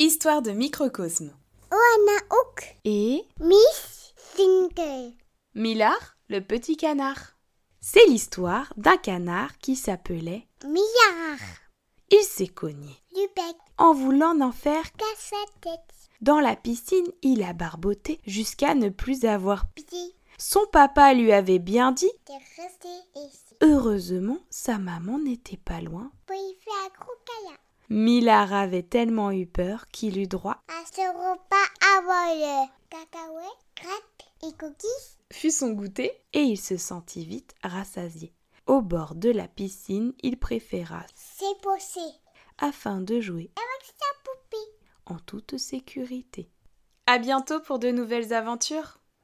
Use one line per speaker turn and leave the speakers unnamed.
Histoire de microcosme.
Oana ook
Et
Miss Single.
Millard, le petit canard. C'est l'histoire d'un canard qui s'appelait
Miar.
Il s'est cogné.
Du bec
En voulant en faire
casse sa tête.
dans la piscine, il a barboté jusqu'à ne plus avoir.
Petit,
Son papa lui avait bien dit.
t'es resté ici.
Heureusement, sa maman n'était pas loin.
Pour y faire un crocaya.
Millard avait tellement eu peur qu'il eut droit,
À ce repas avant le cacahuète, gratte et cookies.
fut son goûter, et il se sentit vite rassasié. Au bord de la piscine, il préféra,
C'est posé.
afin de jouer
Sa poupée.
en toute sécurité. À bientôt pour de nouvelles aventures!